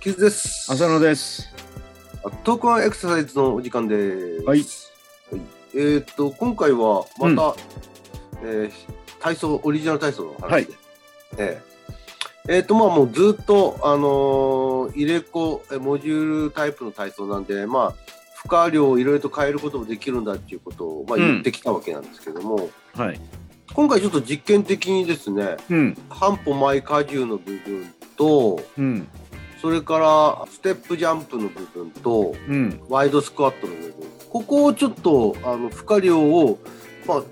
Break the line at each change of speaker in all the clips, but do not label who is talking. キズです。
浅野です。
トークワンエクササイズのお時間です。
はい
はい。えーっ、と、今回はまた、えー体操、オリジナル体操の話で。
はい
えーえーっと、まあもうずっと、あのー入れ子、えモジュールタイプの体操なんで、まあ、負荷量をいろいろと変えることもできるんだっていうことを、まあ、
うん
言ってきたわけなんですけども、
はい。
今回ちょっと実験的にですね、
うん。
半歩前荷重の部分と、
うん。
それからステップジャンプの部分と、
うん。
ワイドスクワットの部分ここをちょっとあの負荷量を、まあ、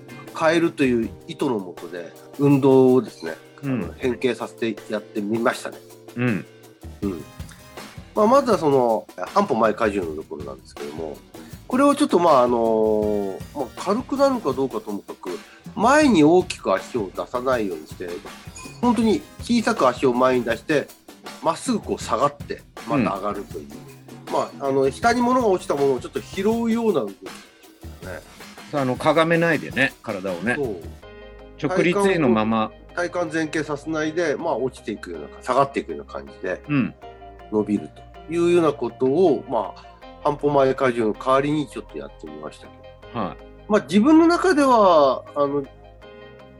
変えるという意図のもとで運動をですね、あの
うん
変形させてやってみましたね、
うん。
うんまあ、まずはその半歩前荷重のところなんですけどもこれをちょっとまああの、まあ、軽くなるかどうかともかく前に大きく足を出さないようにして本当に小さく足を前に出してまっすぐこう下がってまた上がるという、まあ、あの下に物が落ちたものをちょっと拾うような動き
あの、かがめないでね、体をね。
と
直立へのまま。
体幹前傾させないで、まあ、落ちていくような下がっていくような感じで
うん。
伸びるというようなことを、まあ、半歩前荷重の代わりにちょっとやってみましたけど、
は
まあ、自分の中ではあの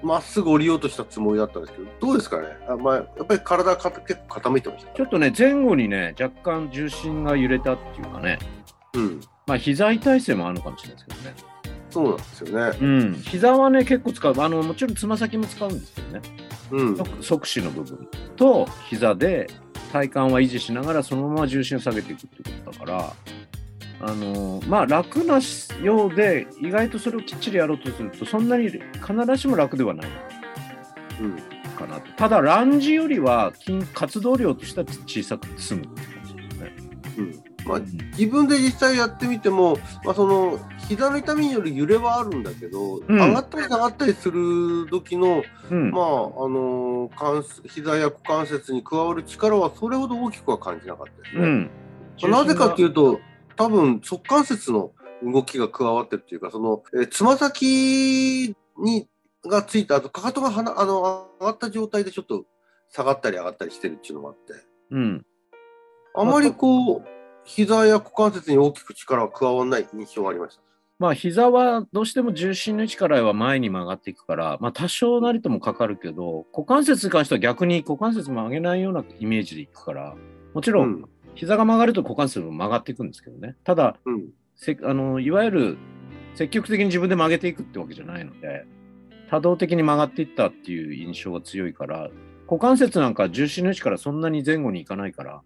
まっすぐ降りようとしたつもりだったんですけどどうですかねあ、まあ、やっぱり体か結構傾いてました
い。ちょっとね、前後にね、若干重心が揺れたっていうかね。
うん
まあ、膝痛い性もあるのかもしれないですけどね。
そうなんですよね、
うん。膝はね、結構使う。あの、もちろんつま先も使うんですけどね。
うん、
足足趾の部分と膝で体幹は維持しながらそのまま重心を下げていくってことだから、あのーまあ楽なようで意外とそれをきっちりやろうとするとそんなに必ずしも楽ではない
うん
かなとただランジよりは筋活動量としては小さくて済むって感じですね。
うんまあ、自分で実際やってみても、まあ、その膝の痛みによる揺れはあるんだけど、
ん
上がったり下がったりする時の、
うん
まああのー関節膝や股関節に加わる力はそれほど大きくは感じなかったです
う
ね。
ん
まあなぜかっていううと多分足関節の動きが加わってるっていうかそのえーつま先にがついたあとかかとがはなあの上がった状態でちょっと下がったり上がったりしてるっていうのもあって。
うん
あまりこう、膝や股関節に大きく力は加わらない印象がありました。
まあ膝はどうしても重心の力は前に曲がっていくから、まあ、多少なりともかかるけど股関節に関しては逆に股関節も上げないようなイメージでいくからもちろ
うんん。
膝が曲がると股関節も曲がっていくんですけどねただ
うん。
せあのいわゆる積極的に自分で曲げていくってわけじゃないので多動的に曲がっていったっていう印象が強いから股関節なんか重心の位置からそんなに前後にいかないから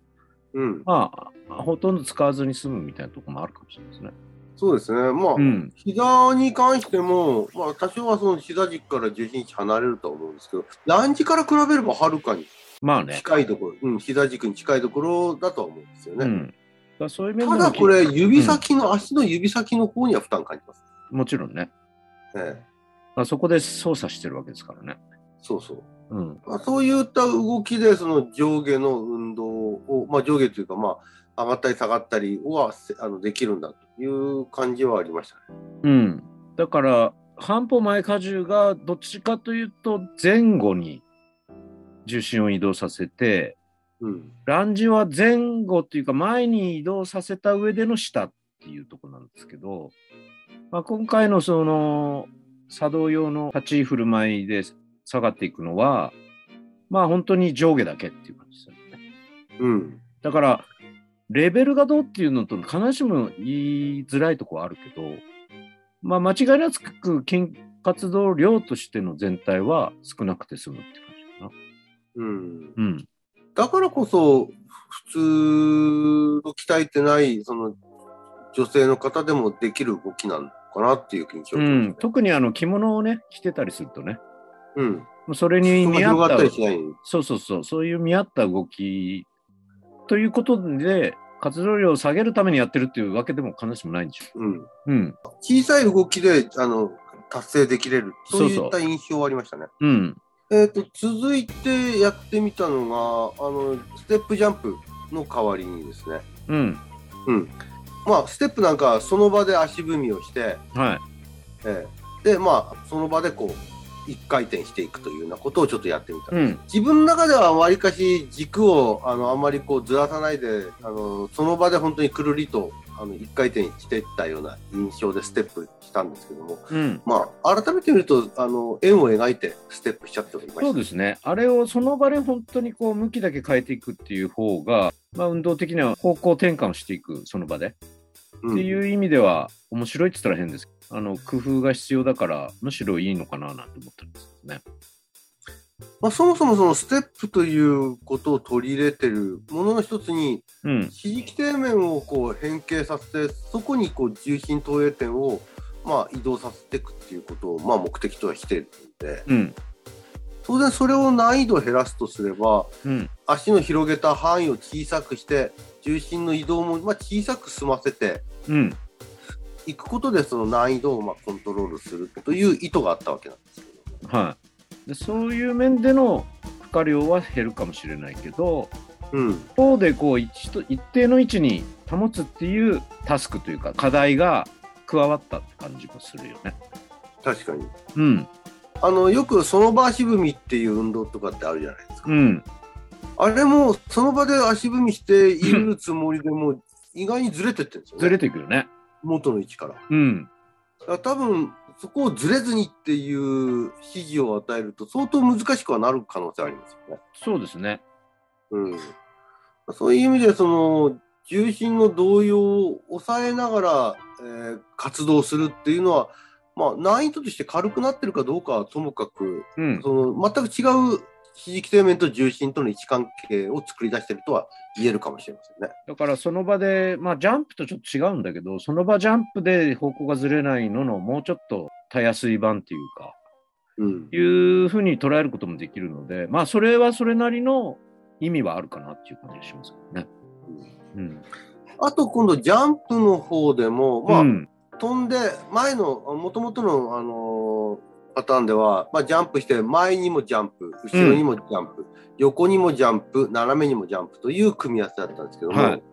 うん。
まあほとんど使わずに済むみたいなところもあるかもしれないですね。
そうですね。まあ、
うん
膝に関しても、まあ、多少はその膝軸から重心位置離れるとは思うんですけど、ランジから比べればはるかに
まあね
近いところ、うん、膝軸に近いところだとは思うんですよ
う
ね。
ん、だからそういう面
た
でも
だこれ、指先の、足の指先の方には負担感じます。
もちろんね、
ええ、
まあ、そこで操作してるわけですからね。
そうそう。
うん、
まあ、そういった動きでその上下の運動を、まあ、上下というか、まあ、上がったり下がったりはせあのできるんだという感じはありましたね。
うん、だから半歩前荷重がどっちかというと前後に重心を移動させて
うん、
ランジは前後というか前に移動させた上での下っていうところなんですけど、まあ、今回のその作動用の立ち居振る舞いで下がっていくのはまあ本当に上下だけっていう感じですよね。
うん、
だから、レベルがどうっていうのと、必ずしも言いづらいとこはあるけど、まあ、間違いなく、筋活動量としての全体は少なくて済むって感じか
うん。
な。うん。
だからこそ普通の鍛えてないその女性の方でもできる動きなのかなっていう印象
う
を受け
ん、
ましたね
特にあの着物をね、着てたりするとね、
うん。
もうそれに見合っ
広が
た
ったりしない。
そうそうそう、そういう見合った動きということで、活動量を下げるためにやってるっていうわけでも必ずしもないんでしょ
うん、
う。うん。
小さい動きであの達成できれる、そうい
そう
っ
そ
た印象はありましたね。
うん。
えっ、と、続いてやってみたのが、あの、ステップジャンプの代わりにですね、
うん。
うん。まあ、ステップなんかはその場で足踏みをして、
はい。
えーで、まあ、その場でこう、一回転していくというようなことをちょっとやってみた。
うん。
自分の中ではわりかし軸をあのあんまりこうずらさないであのその場で本当にくるりとあの一回転していったような印象でステップしたんですけども、
うん。
まあ、改めて見るとあの円を描いてステップしちゃっておりま
そう
し
ですね。あれをその場で本当にこう向きだけ変えていくっていう方が、まあ運動的には方向転換をしていく、その場で。
た。
っていう意味では面白いって言ったら変ですけどあの工夫が必要だからむしろいいのかななんて思ったんですけどね。
まあ、そもそもそのステップということを取り入れてるものの一つに
うん、
地域底面をこう変形させてそこにこう重心投影点をまあ移動させていくっていうことをまあ目的とはしているので。
うん、
当然それを難易度を減らすとすれば
うん、
足の広げた範囲を小さくして重心の移動もまあ小さく済ませて
うん。
いくことでその難易度をまあコントロールするという意図があったわけなんですけど
はい。でそういう面での負荷量は減るかもしれないけど、
うん
一方でこう一と一定の位置に保つっていうタスクというか課題が加わったって感じもするよね。
確かに
うん、
あのよくその場足踏みっていう運動とかってあるじゃないですか、
うん、
あれもその場で足踏みしているつもりでも意外にずれてってるんですよ、ね、
ずれてくるね。
元の位置から
うん、
だから多分そこをずれずにっていう指示を与えると相当難しくはなる可能性ありますよね
そうですね。
うん、そういう意味でその重心の動揺を抑えながら、えー活動するっていうのは、まあ、難易度として軽くなってるかどうかはともかく
うん、
その全く違う支持基底面と重心との位置関係を作り出してるとは言えるかもしれませんね。
だからその場で、まあ、ジャンプとちょっと違うんだけど、その場ジャンプで方向がずれないのの、もうちょっとたやすい版っていうか、
うん、
いうふうに捉えることもできるので、まあ、それはそれなりの意味はあるかなっていう感じがしますよね。うん。
あと今度ジャンプの方でも、まあ
うん。
飛んで前のもともとの、あのーパターンでは、まあ、ジャンプして前にもジャンプ後ろにもジャンプ、横にもジャンプ斜めにもジャンプという組み合わせだったんですけども、
はい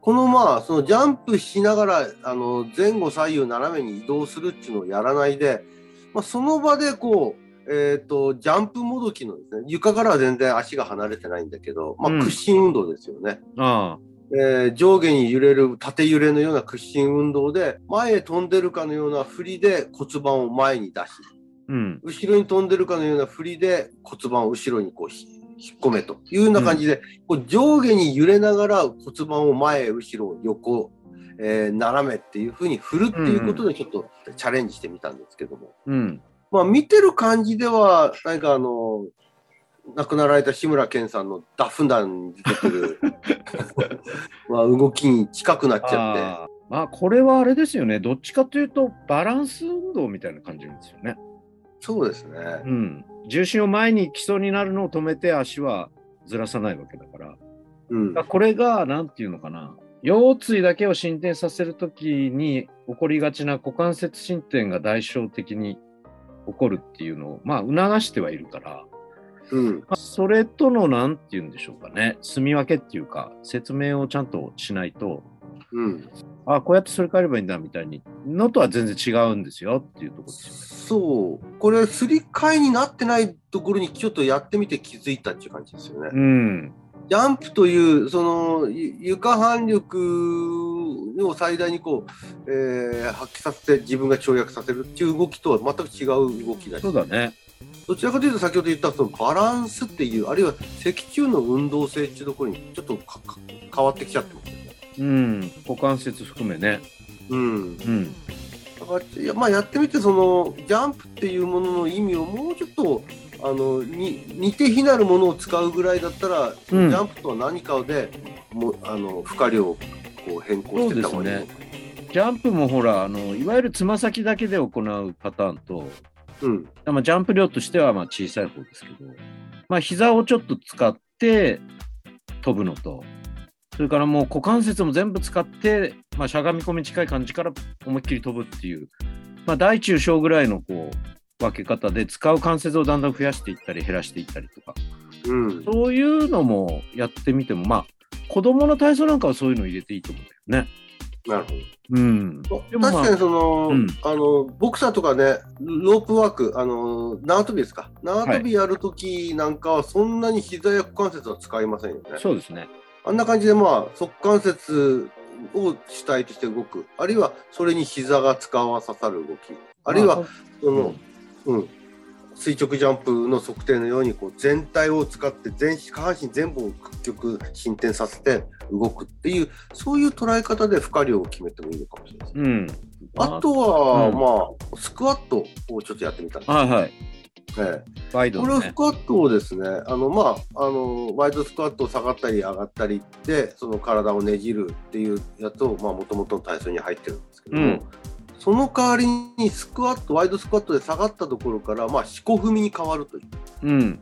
このまあそのジャンプしながら、あの前後左右斜めに移動するっていうのをやらないで、まあ、その場でこう。えー、とジャンプもどきのですね床からは全然足が離れてないんだけど、まあ
うん、
屈伸運動ですよね、
ああ。
えー上下に揺れる縦揺れのような屈伸運動で前へ飛んでるかのような振りで骨盤を前に出し
うん。
後ろに飛んでるかのような振りで骨盤を後ろにこうひ引っ込めというような感じで、こう上下に揺れながら骨盤を前へ後ろ横、えー斜めっていう風に振るっていうことでちょっとチャレンジしてみたんですけども、
うん。
まあ見てる感じでは何かあの亡くなられた志村けんさんのダフンダンに出てく るまあ動きに近くなっちゃって
ああまあ、これはあれですよね。どっちかというと、バランス運動みたいな感じなんですよね。
そうですね、
うん。重心を前に来そうになるのを止めて、足はずらさないわけだから。
うん
これが、なんていうのかな。腰椎だけを進展させるときに起こりがちな股関節進展が代償的に起こるっていうのを、まあ、促してはいるから、
うん、
まあそれとの、なんていうんでしょうかね、住み分けっていうか、説明をちゃんとしないと、
うん、
あこうやってそれ変えればいいんだみたいに、のとは全然違うんですよっていうところですよね。
そうこれすり替えになってないところにちょっとやってみて気づいたっていう感じですよね、
うん。
ジャンプというそのゆ床反力を最大にこう、えー発揮させて自分が跳躍させるっていう動きとは全く違う動きだし
そうだね。
どちらかというと先ほど言ったそのバランスっていうあるいは脊柱の運動性っていうところにちょっとかか変わってきちゃってますよね。
うん。股関節含めね。
うん、だ
うん。
からいやまあやってみてそのジャンプっていうものの意味をもうちょっとあのに似て非なるものを使うぐらいだったら、
うん
ジャンプとは何かでもうあの負荷量をこう変更していった方がいいのか
ジャンプもほら、あの、いわゆるつま先だけで行うパターンと、
うん
まあ、ジャンプ量としてはまあ小さい方ですけど、まあ、膝をちょっと使って飛ぶのと、それからもう股関節も全部使って、まあ、しゃがみ込み近い感じから思いっきり飛ぶっていう、まあ、大中小ぐらいのこう分け方で使う関節をだんだん増やしていったり減らしていったりとか
うん。
そういうのもやってみてもまあ子供の体操なんかはそういうの入れていいと思うんだよね。
なるほど。
うん。でもまあ
確かにその、
うん
あのボクサーとかねロープワークあの縄跳びですか縄跳びやるときなんかはそんなに膝や股関節は使いませんよね、
そうですね。
あんな感じでまあ側関節を主体として動くあるいはそれに膝が使わささる動きあるいは
まあ、
そ
うん
の、うん、垂直ジャンプの測定のようにこう全体を使って全下半身全部を結局進展させて動くっていうそういう捉え方で負荷量を決めてもいいのかもしれないですね
うん。
あとは、
うん
まあ、スクワットをちょっとやってみたんです。
はいはい。
え
ワイ
え
ド
これ
の
は
ね
ス。クワットをですね、あの、まあ、あの、ワイドスクワットを下がったり上がったりで、その体をねじるっていうやつを、まあ、もともとの体操に入ってるんですけども、
うん
その代わりにスクワット、ワイドスクワットで下がったところから、まあ、四股踏みに変わるとい
うん。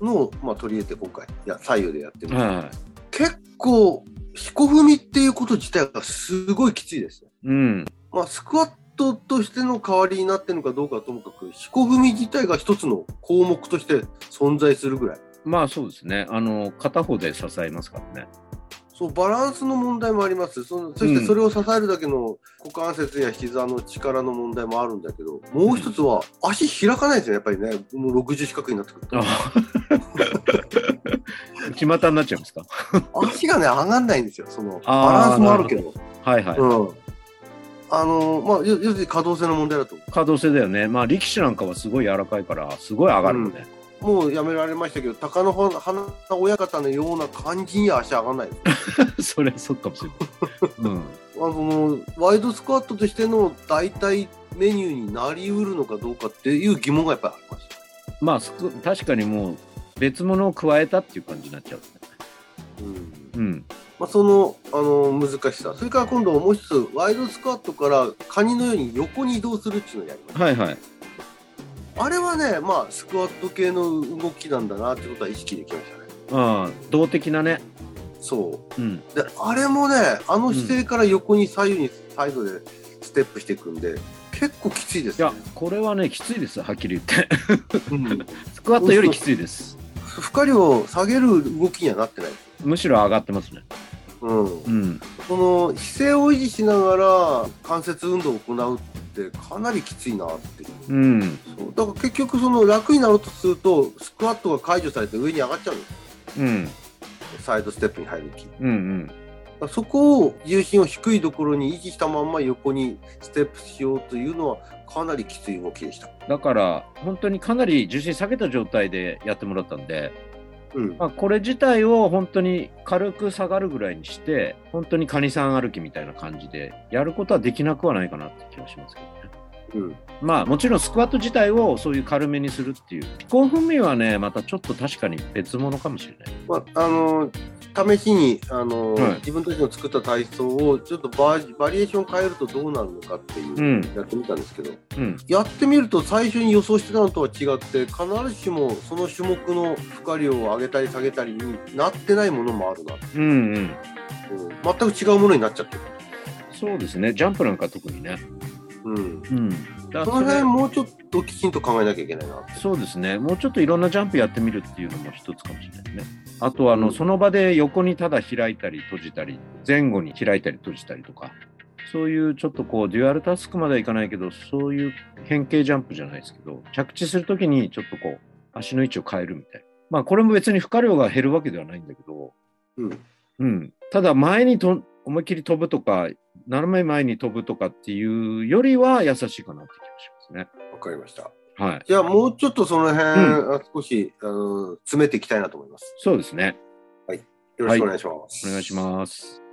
うのを、まあ、取り入れて今回、いや、左右でやってみ
はい
た。
は
結構、四股踏みっていうこと自体がすごいきついですね。
い。うん。
まあ、スクワットとしての代わりになってるのかどうかはともかく、四股踏み自体が一つの項目として存在するぐらい、
まあそうですね。あの、片方で支えますからね。
そうバランスの問題もありますその、そしてそれを支えるだけの股関節や膝の力の問題もあるんだけど、もう一つは足開かないですよね、やっぱりね、もう60近くになってくると。
あ 巷になっちゃいますか。
足がね、上がんないんですよ、その
あー
バランスもあるけど。
はいはい。
うんあのまあ、要要するに可動性の問題だと思う
可動性だよね。まあ力士なんかはすごい柔らかいから、すごい上がるよね。
もうやめられましたけど鷹の花親方のような感じには足上がんないです
それ、そうかもしれない。うん。
あのワイドスクワットとしての代替メニューになりうるのかどうかっていう疑問がやっぱりありました。
まあすく確かにもう別物を加えたっていう感じになっちゃうね。
うん
うん。
まあ、そのあの難しさ、それから今度もう一つ、ワイドスクワットからカニのように横に移動するっていうのをやります。
はいはい。
あれはね、まあ、スクワット系の動きなんだなってことは意識できましたね。
ああ、動的なね。
そ
うん。
う。で、あれもね、あの姿勢から横に左右にサイドでステップしていくんで、結構きついで
い
す、ね
や。、これはね、きついです、はっきり言って。
うん
スクワットよりきついです。
負荷量を下げる動きにはなってない。
むしろ上がってますね。
うん
う。ん。
その姿勢を維持しながら関節運動を行うってかなりきついなっていう
うん。
そうだから結局その楽になろうとするとスクワットが解除されて上に上がっちゃうんです
うん。
サイドステップに入る気だか
うんうん。
らそこを重心を低いところに維持したまんま横にステップしようというのはかなりきつい動きでした、
だから、本当にかなり重心下げた状態でやってもらったんで、
うん、
まあ、これ自体を本当に軽く下がるぐらいにして、本当にカニさん歩きみたいな感じで、やることはできなくはないかなって気がしますけどね。
うん、
まあもちろんスクワット自体をそういう軽めにするっていう。飛行踏みはね、またちょっと確かに別物かもしれない。
まあ、あの試しにあの、
はい
自分たちの作った体操をちょっとバージバリエーション変えるとどうなるのかっていう、
うん。
やってみたんですけど
うん。
やってみると最初に予想してたのとは違って必ずしもその種目の負荷量を上げたり下げたりになってないものもあるな、
うんうん。
うん、全く違うものになっちゃってる、
そうですね。ジャンプなんか特にね。
うん、
うん。だ
そ
そ
の辺
れ
もうちょっときちんと考えなきゃいけないなって
そうですね。もうちょっといろんなジャンプやってみるっていうのも一つかもしれないね。あとはあの、
うん
その場で横にただ開いたり閉じたり、前後に開いたり閉じたりとか。そういうちょっとこうデュアルタスクまではいかないけど、そういう変形ジャンプじゃないですけど、着地するときにちょっとこう足の位置を変えるみたいな。まあこれも別に負荷量が減るわけではないんだけど、
うん
うん、ただ前にと思いっきり飛ぶとか斜め前に飛ぶとかっていうよりは優しいかなって気がしますね。
わかりました
はい、
じゃあもうちょっとその辺、
う
あ少しあの詰めていきたいなと思います
そうですね。
よろしくお願いします、
お願いします。